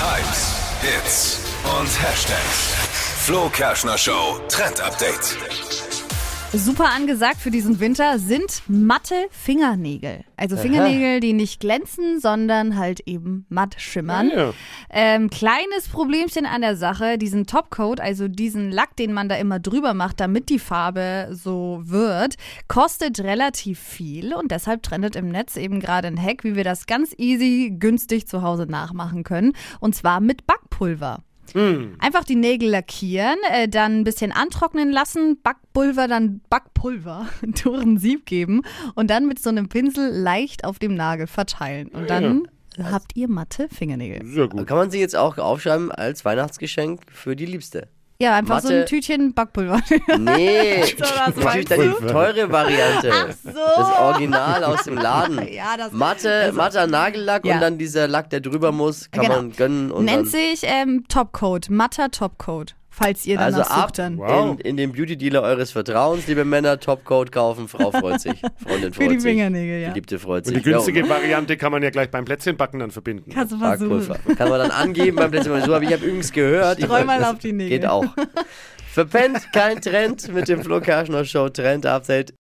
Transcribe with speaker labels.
Speaker 1: Hypes, Hits und Hashtags. Flo Kerschner Show Trend Update.
Speaker 2: Super angesagt für diesen Winter sind matte Fingernägel. Also Fingernägel, die nicht glänzen, sondern halt eben matt schimmern.
Speaker 3: Ja.
Speaker 2: Ähm, kleines Problemchen an der Sache, diesen Topcoat, also diesen Lack, den man da immer drüber macht, damit die Farbe so wird, kostet relativ viel und deshalb trendet im Netz eben gerade ein Hack, wie wir das ganz easy, günstig zu Hause nachmachen können. Und zwar mit Backpulver. Einfach die Nägel lackieren, äh, dann ein bisschen antrocknen lassen, Backpulver, dann Backpulver durch ein Sieb geben und dann mit so einem Pinsel leicht auf dem Nagel verteilen. Und dann habt ihr matte Fingernägel.
Speaker 3: Sehr gut.
Speaker 4: Kann man sie jetzt auch aufschreiben als Weihnachtsgeschenk für die Liebste?
Speaker 2: Ja, einfach so ein
Speaker 4: Matte-
Speaker 2: Tütchen Backpulver.
Speaker 4: Nee,
Speaker 2: So, das
Speaker 4: natürlich
Speaker 2: meinst
Speaker 4: dann die teure Variante. Das
Speaker 2: so.
Speaker 4: Original aus dem Laden.
Speaker 2: Ja, das-
Speaker 4: Matte, matter Nagellack
Speaker 2: Ja.
Speaker 4: und dann dieser Lack, der drüber muss, kann
Speaker 2: Genau.
Speaker 4: man gönnen. Und
Speaker 2: Nennt
Speaker 4: dann,
Speaker 2: sich ähm, Topcoat, matter Topcoat, falls ihr danach
Speaker 4: also ab
Speaker 2: sucht dann.
Speaker 3: Wow.
Speaker 4: in, in den Beauty-Dealer eures Vertrauens, liebe Männer, Topcoat kaufen, Frau freut sich, Freundin freut
Speaker 2: Für die
Speaker 4: sich,
Speaker 2: Fingernägel, ja.
Speaker 4: Geliebte freut
Speaker 3: Und
Speaker 4: sich.
Speaker 3: die günstige
Speaker 4: Ja,
Speaker 3: Variante kann man ja gleich beim Plätzchenbacken dann verbinden.
Speaker 2: Kannst du versuchen.
Speaker 4: Backpulver. Kann man dann angeben beim letzten Mal so, aber ich habe übrigens gehört.
Speaker 2: Streu mal auf die Nägel.
Speaker 4: Geht auch. Verpennt kein Trend mit dem Flo Karschner Show Trend Update.